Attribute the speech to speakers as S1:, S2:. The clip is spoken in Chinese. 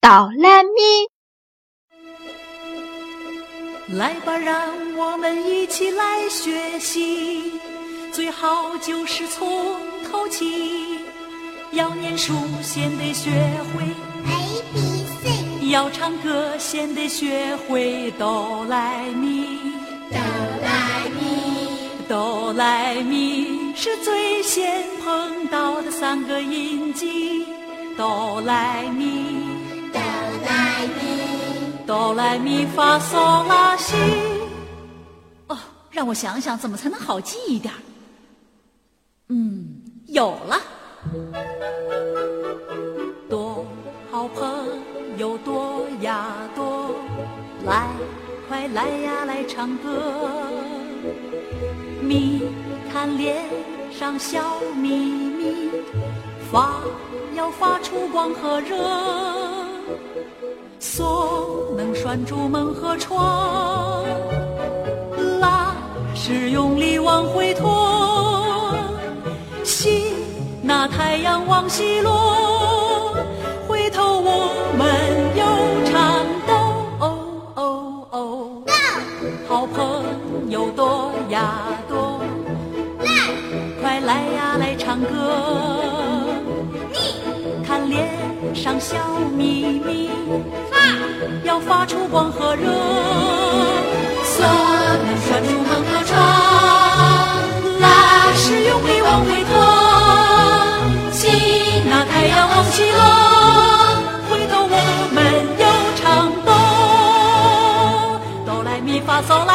S1: 哆来咪，
S2: 来吧，让我们一起来学习，最好就是从头起。要念书先得学会，
S3: A B C，
S2: 要唱歌先得学会哆来咪，
S3: 哆来咪，
S2: 哆来咪是最先碰到的三个音级，哆来咪。
S3: 哆来咪，
S2: 哆来咪发嗦拉西。哦，让我想想怎么才能好记一点儿。嗯，有了。多好朋友多呀多，来快来呀来唱歌。你看脸上笑眯眯，发要发出光和热。锁能拴住门和窗，拉是用力往回拖，西那太阳往西落，回头我们又唱斗哦哦哦，好朋友多呀多，哦快来呀来唱歌，你看脸上笑眯眯。要发出光和热。锁能拴住门和窗，拉是用力往回拖，西那太阳往西落，回头我们又唱哆，哆来咪发嗦拉